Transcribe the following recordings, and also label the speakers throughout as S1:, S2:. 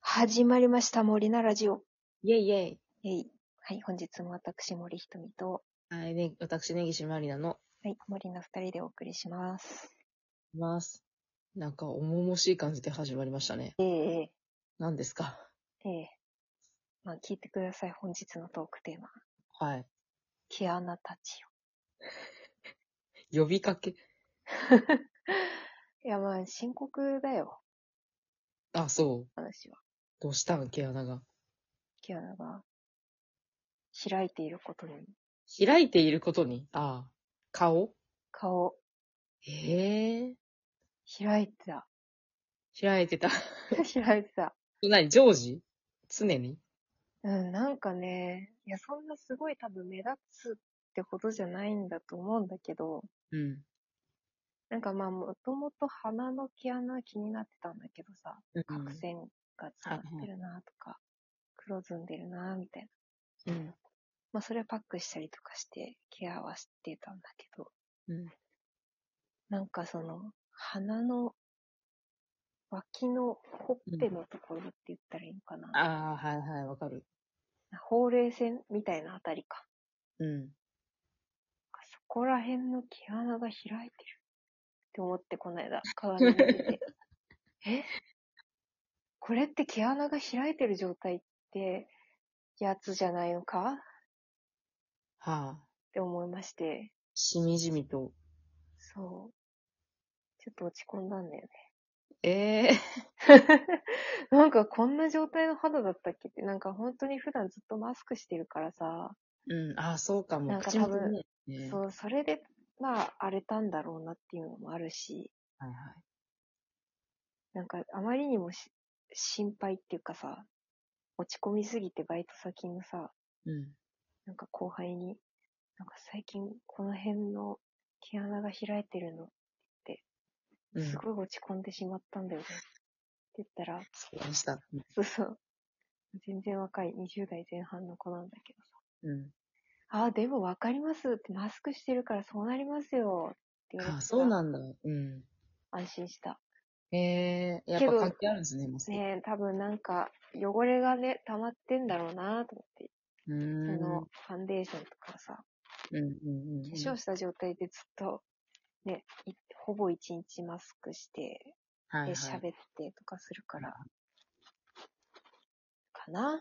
S1: 始まりました、森菜ラジオ。
S2: イェイイェイ。
S1: えい。はい、本日も私、森ひとみと、
S2: はい、ね、私、根岸まりなの、
S1: はい、森の二人でお送りします。
S2: います。なんか、重々しい感じで始まりましたね。
S1: ええ
S2: 何ですか
S1: ええまあ、聞いてください、本日のトークテーマ。
S2: はい。
S1: 毛穴たちよ。
S2: 呼びかけ。
S1: いや、まあ、深刻だよ、
S2: あ、そう。
S1: 話は。
S2: どうしたん毛穴が。
S1: 毛穴が、開いていることに、
S2: 開いていることに。ああ。顔
S1: 顔、
S2: ええ
S1: 開いて た。
S2: 開いてた。
S1: 開いてた。
S2: 何常時常に
S1: うん、なんかね、いや、そんなすごい多分目立つってほどじゃないんだと思うんだけど、
S2: うん。
S1: なんかまあ、もともと鼻の毛穴は気になってたんだけどさ、角栓が詰まってるなとか、黒ずんでるなみたいな。
S2: うん。
S1: まあ、それはパックしたりとかして、ケアはしてたんだけど、
S2: うん。
S1: なんかその、鼻の脇のほっぺのところって言ったらいいのかな。
S2: ああ、はいはい、わかる。
S1: ほうれい線みたいなあたりか。
S2: うん。
S1: そこら辺の毛穴が開いてるって思って、この間、鏡見てて。えこれって毛穴が開いてる状態ってやつじゃないのかっ
S2: はあ。
S1: て思いまして、
S2: しみじみと。
S1: そう。ちょっと落ち込んだんだよね。
S2: ええ
S1: なんかこんな状態の肌だったっけって、なんか本当に普段ずっとマスクしてるからさ、
S2: うん。ああ、そうかも。
S1: なんか
S2: 口
S1: 多
S2: 元
S1: 分
S2: ね。ね
S1: そう、それで、まあ荒れたんだろうなっていうのもあるし、
S2: はいはい。
S1: なんか、あまりにもし心配っていうかさ、落ち込みすぎてバイト先のさ、
S2: うん。
S1: なんか後輩に、なんか最近この辺の毛穴が開いてるの、
S2: うん。
S1: すごい落ち込んでしまったんだよね。って言ったら、
S2: そうでした。
S1: そうそう。全然若い20代前半の子なんだけどさ。
S2: うん。
S1: ああ、でもわかりますってマスクしてるからそうなりますよって言われてさ
S2: あ、そうなんだ。うん。
S1: 安心した。
S2: へえ、やっ
S1: け
S2: ぱ
S1: ど
S2: 関係あるんですね、マスク。
S1: ねえ、多分なんか汚れがね、溜まってんだろうなと思って、
S2: う
S1: そ
S2: ーん。
S1: のファンデーションとかさ、
S2: うんうんうんうん。
S1: 化粧した状態でずっと、ね、いほぼ一日マスクして、
S2: はい、は
S1: で、
S2: い。
S1: 喋ってとかするから、かな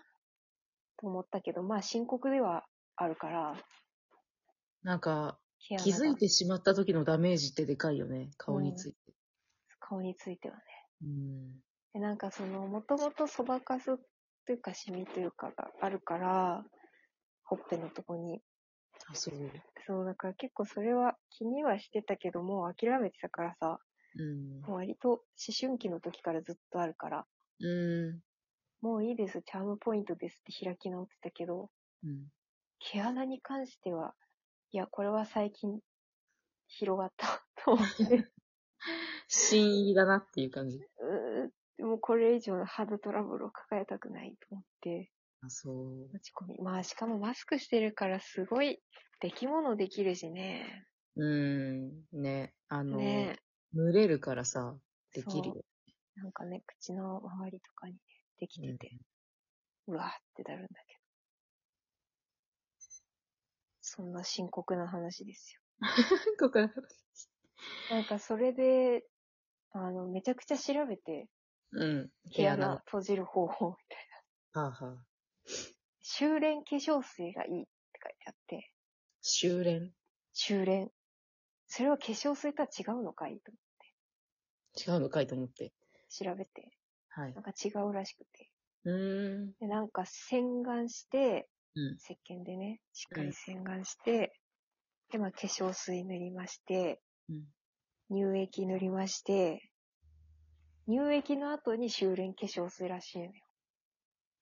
S1: と思ったけど、まあ深刻ではあるから、
S2: なんか、
S1: 毛穴
S2: 気
S1: が
S2: づいてしまった時のダメージってでかいよね、顔について。
S1: 顔についてはね。
S2: うん。
S1: でなんかその、もともとそばかすというかシミというかがあるから、ほっぺのとこに。
S2: あ、そう。
S1: そう、だから結構それは気にはしてたけど、もう諦めてたからさ、
S2: うん。
S1: 割と思春期の時からずっとあるから、
S2: う
S1: もういいです、チャームポイントですって開き直ってたけど、
S2: ん。うん。
S1: 毛穴に関しては、いや、これは最近、広がった、 と思って、
S2: 新入りだなっていう感じ。
S1: うーんもうこれ以上の肌トラブルを抱えたくないと思って、
S2: あ、そう。
S1: 落ち込み。まあ、しかもマスクしてるから、すごい、出来物できるしね。
S2: うん。ね。あの、
S1: ね
S2: 濡れるからさ、できる
S1: そ
S2: よ。
S1: えなんかね、口の周りとかにね、できてて、うわーってなるんだけど。そんな深刻な話ですよ。
S2: 韓国だ
S1: なんかそれで、あの、めちゃくちゃ調べて、
S2: うん。
S1: 毛
S2: だ
S1: 穴。閉じる方法みたいな。
S2: はあ、はあ、
S1: 修練化粧水がいいって書いてあって、
S2: 修練
S1: 修練。それは化粧水とは違うのかいと
S2: 違うのかいと思って。
S1: 調べて、
S2: はい
S1: な。んか違うらしくて。
S2: うーん。
S1: で、なんか洗顔して、
S2: うん
S1: 石鹸でね、しっかり洗顔して、で、まあ化粧水塗りまして、
S2: うん
S1: 乳液塗りまして、乳液の後に修練化粧水らしいのよ。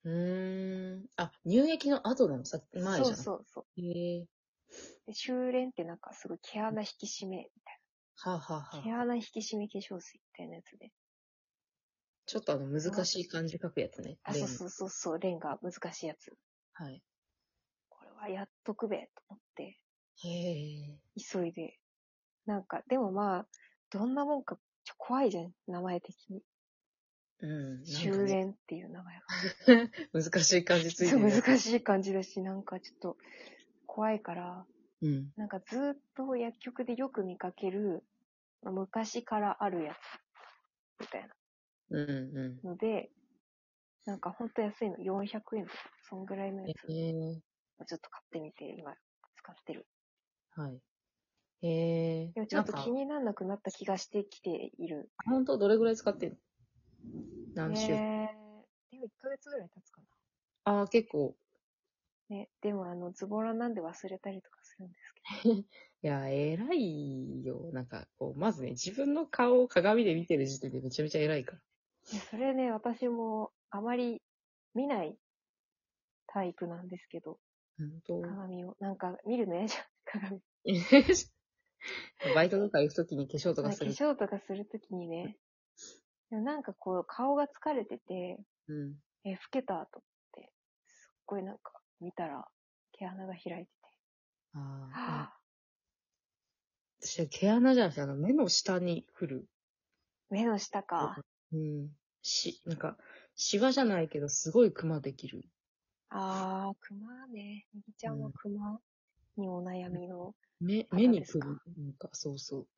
S2: うーん。あ、乳液の後なのさ前じゃん。
S1: そうそうそう。
S2: へえ。
S1: で、修練ってなんかすごい毛穴引き締めみ
S2: はあ、はあ
S1: たいな。
S2: はあ、
S1: 毛穴引き締め化粧水みたいなやつで。
S2: ちょっとあの、難しい漢字書くやつね。。
S1: あ、そうそううそうそう、レンガ難しいやつ。
S2: はい。
S1: これはやっとくべ、と思って、
S2: へえ。
S1: 急いで。なんか、でもまあ、どんなもんか、ちょ、怖いじゃん、名前的に。
S2: うん。なんか
S1: 修
S2: ね、
S1: 練っていう名前が。
S2: 難しい感じつい
S1: そ
S2: て
S1: う、
S2: る。
S1: 難しい感じだし、なんかちょっと怖いから、
S2: うん。
S1: なんかずーっと薬局でよく見かける、まあ昔からあるやつ、みたい
S2: うんう
S1: なので、なんかほんと安いの、400円とか、そんぐらいの
S2: ん。
S1: や
S2: え
S1: つ
S2: ー、
S1: をちょっと買ってみて、今使ってる。
S2: はい。え
S1: でも
S2: ー、
S1: ちょ
S2: な
S1: っ
S2: ん
S1: と
S2: か
S1: 気、にならなくなった気がしてきている。
S2: 本当どれぐらい使ってんの何週、
S1: ねえ。でも1ヶ月ぐらい経つか
S2: ああ、結構。
S1: な。ね、でもあの、ズボラなんで忘れたりとかするんですけど。
S2: いや、偉いよ。なんか、こう、まずね、自分の顔を鏡で見てる時点でめちゃめちゃ偉いから。
S1: いやそれね、私もあまり見ないタイプなんですけど、
S2: 本
S1: 鏡を。なんか見るの嫌じゃん、鏡。
S2: 当 バイトとか行くときに化粧と
S1: ま
S2: か
S1: あ
S2: す
S1: 化
S2: る。
S1: 粧とかするときにね、でもなんかこう、顔が疲れてて、
S2: うん。
S1: え、老けたと思って、すっごいなんか見たら毛穴が開いてて、
S2: ああ。
S1: はあ
S2: 私は毛穴じゃなくて、あの、目の下に来る。
S1: 目の下か。
S2: うん。し、なんか、シワじゃないけど、すごいクマできる。
S1: あー、熊ね。みぎちゃんは熊にお悩みの。
S2: 目、
S1: 肌
S2: 目に
S1: です
S2: 来
S1: か
S2: る。なんか、そうそう。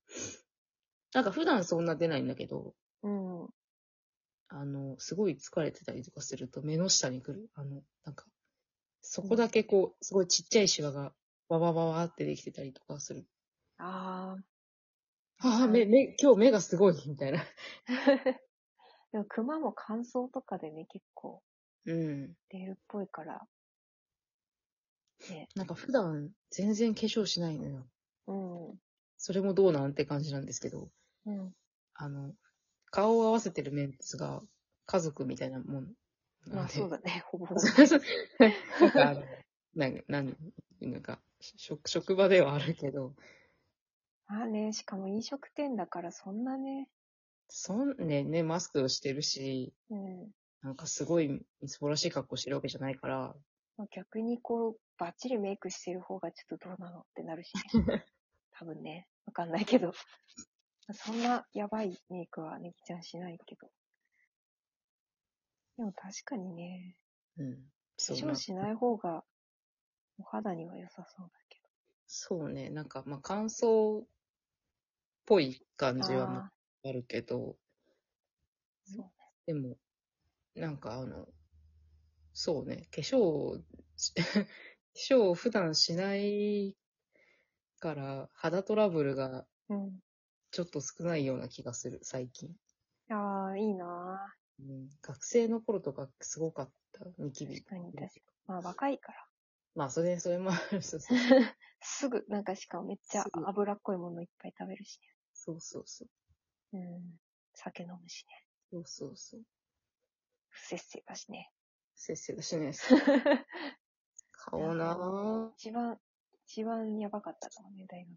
S2: なんか、普段そんな出ないんだけど、
S1: うん。
S2: あの、すごい疲れてたりとかすると、目の下に来る。あの、なんか、そこだけこう、すごいちっちゃいシワが、わわわわってできてたりとかする。
S1: あ
S2: ああ、目、目、今日目がすごい、みたいな。
S1: ー。でも熊も乾燥とかでね、結構
S2: うん。
S1: 出るっぽいから、
S2: なんか普段全然化粧しないのよ。
S1: うん。
S2: それもどうなんって感じなんですけど、
S1: うん。
S2: あの、顔を合わせてるメンツが家族みたいなもんなんで。
S1: まあそう だね、ほぼ。
S2: そうそうなんかあの、なんか、なんなんか職、職場ではあるけど、
S1: まあね、しかも飲食店だからそんなね、
S2: そんね、ね、マスクをしてるし、
S1: うん。
S2: なんかすごいみすぼらしい格好してるわけじゃないから、
S1: まあ、逆にこう、バッチリメイクしてる方がちょっとどうなのってなるし ね。多分ね、わかんないけど。そんなやばいメイクはねぎちゃんしないけど。でも確かにね、
S2: うん。
S1: 化
S2: そうな
S1: 粧しない方がお肌には良さそうだけ
S2: そうね、なんか、まあ乾燥っぽい感
S1: ど。
S2: じはま
S1: ああ、
S2: あるけど、
S1: そうね。
S2: でも、なんかあの、そうね、化粧を、 化粧を普段しないから、肌トラブルが
S1: うん。
S2: ちょっと少ないような気がする、最近。
S1: ああ、いいな
S2: うん、学生の頃とかすごかった、ニキ
S1: ー
S2: ビ
S1: 確。かに確かに。まあ若いから。
S2: まあ、それ、そ れもある。そうそう
S1: すぐ、なんかしかもめっちゃ
S2: すぐ
S1: 脂っこいものいっぱい食べるし
S2: そうそうそう。
S1: ね。うん。酒飲むしね。
S2: そうそうそう。
S1: 不節制だし ね。
S2: せっせとしないです。顔なぁ。
S1: 一番、一番やばかったかもね、大学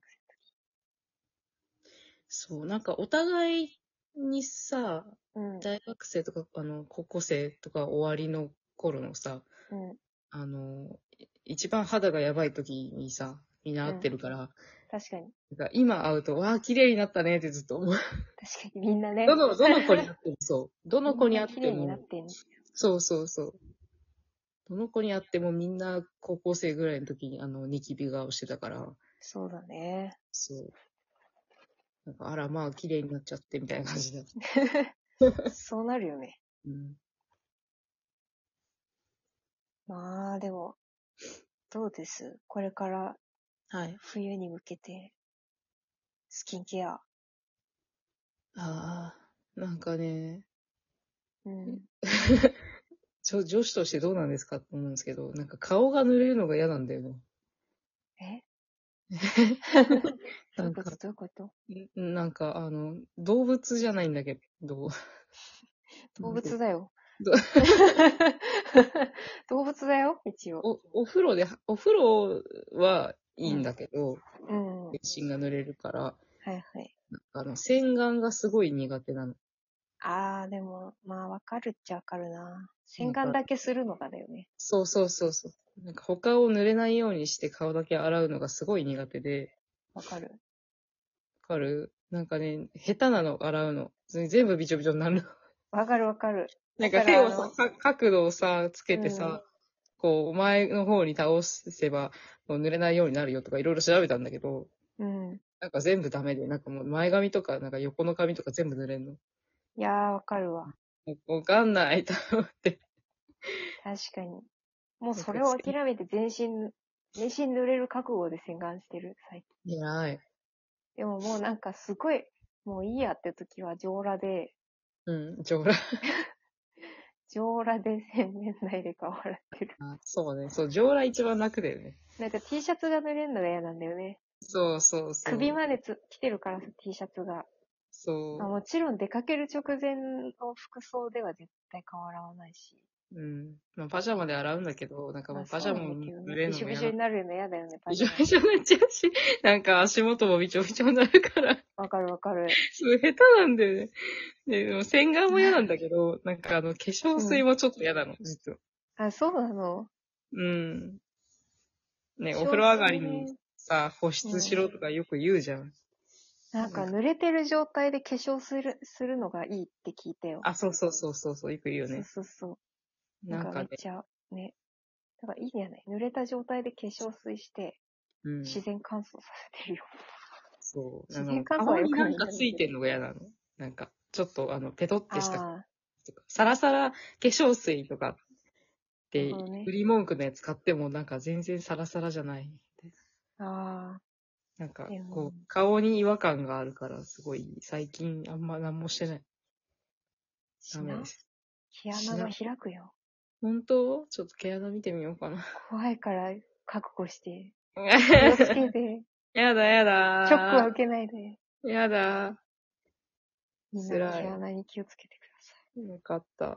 S2: そう、なんかお互いにさ、
S1: 生の時。
S2: 大学生とか、あの、高校生とか終わりの頃のさ、
S1: うん。うん。
S2: あの、い一番肌がやばい時にさ、みんな会ってるから、
S1: 確かに。
S2: なんか今会うと、わあ、綺麗になったねってずっと思う。
S1: 確かにみんなね。
S2: どの、どの子に会ってもそう。どの子に会っ
S1: みんな
S2: て
S1: 綺麗にな
S2: も
S1: っ、てんね
S2: そうそうそう。どの子に会ってもみんな高校生ぐらいの時にあの、ニキビ顔してたから、
S1: そうだね。
S2: そう。なんか、あら、まあ、綺麗になっちゃってみたいな感じだ。
S1: そうなるよね。
S2: うん。
S1: まあ、でも、どうですこれから
S2: はい。
S1: 冬に向けて、スキンケア。
S2: ああ、なんかね、
S1: うん。
S2: ちょ女子としてどうなんですかって思うんですけど、なんか顔が濡れるのが嫌なんだよね。
S1: え どう
S2: ないん
S1: うこ
S2: か
S1: と、どういうこと
S2: んなんか、あの、動物じゃないんだけど。
S1: 動物だよ
S2: ど。
S1: 動物だよ、一応。
S2: お、お風呂で、お風呂はいいんだけど、
S1: うん。はい
S2: 全身が濡れるから、
S1: はい。
S2: あの、洗顔がすごい苦手なの。
S1: あー、でも、まあ、わかるっちゃわかるな。洗顔だけするのがだよね。
S2: そうそうそうそう。なんか他を濡れないようにして顔だけ洗うのがすごい苦手で、
S1: わかる。
S2: わかるなんかね、下手なの、洗うの。全部びちょびちょになる
S1: わかるわかる。
S2: なんか
S1: だか
S2: 手
S1: ら
S2: をさ、か角度をさ、つけて
S1: う
S2: さ
S1: ん、
S2: こう、前の方に倒せば、こう濡れないようになるよとかいろいろ調べたんだけど、
S1: うん。
S2: なんか全部ダメで、なんかもう前髪とか、なんか横の髪とか全部濡れんの。
S1: いやー、わかるわ。
S2: もうわかんないと思って。
S1: 確かに。もうそれを諦めて全身、全身濡れる覚悟で洗顔してる、最近。
S2: いやーい。
S1: でももうなんかすごい、もういいやって時は上裸で、
S2: うん、上裸。
S1: 上裸で洗面台で顔洗ってる。
S2: あそうね。そう、上裸一番楽だよね。
S1: なんか T シャツが濡れるのが嫌なんだよね。
S2: そうそうそう。
S1: 首までつ来てるからさ、T シャツが。まあ
S2: そ
S1: もちろん出かける直前の服装では絶対顔洗わないし。
S2: う。うん。まあ、パジャマで洗うんだけど、なんかもうパジャマも濡れ
S1: び
S2: る
S1: し
S2: の
S1: ょ
S2: も
S1: び
S2: 嫌
S1: しょ
S2: だ
S1: に。なるの嫌だよね、パ
S2: び
S1: ジ
S2: ちょ
S1: ャマ
S2: び。ちょになっちゃうし、なんか足元もびちょびちょになるから、
S1: わかるわかる。
S2: そう 下手なんだよね。で、でも洗顔も嫌なんだけど、なんかあの、化粧水もちょっと嫌なの、実は。
S1: あ、そうなの
S2: うん。
S1: 化粧水
S2: ね、
S1: ね
S2: お風呂上がりにさ、保湿しろとかよく言うじゃん。
S1: なんか濡れてる状態で化粧する、するのがいいって聞いたよ。
S2: あ、そうそうそうそう、そうよく言うよね。
S1: そうそうそう。な
S2: なんん
S1: か
S2: か
S1: めっ
S2: ね、
S1: ちゃ、ね。なんかいいじゃない濡れた状態で化粧水して、
S2: うん。
S1: 自然乾燥させてるよ。
S2: そう。
S1: 自
S2: な
S1: 然
S2: ん
S1: 乾
S2: か、
S1: 燥は
S2: 顔
S1: よ
S2: に
S1: く
S2: な
S1: ない
S2: ん
S1: んだけ
S2: か
S1: ど
S2: ついてんのが嫌なの。なんか、ちょっとあの、ペトってした
S1: ああ、
S2: とか、サラサラ化粧水とかって
S1: なるほどね、
S2: 売り文句のやつ買ってもなんか全然サラサラじゃない。
S1: あ
S2: なんか
S1: で、も
S2: こう、顔に違和感があるから、すごい、最近あんま何もしてない。
S1: あ、
S2: ダメ
S1: な
S2: です。
S1: 毛穴が開くよ。
S2: 本当ちょっと毛穴見てみようかな。
S1: 怖いから覚悟 して。気をつけて。
S2: やだやだ
S1: ショックは受けないで。
S2: やだ
S1: みんな
S2: 辛い
S1: 毛穴に気をつけてください。
S2: よかった。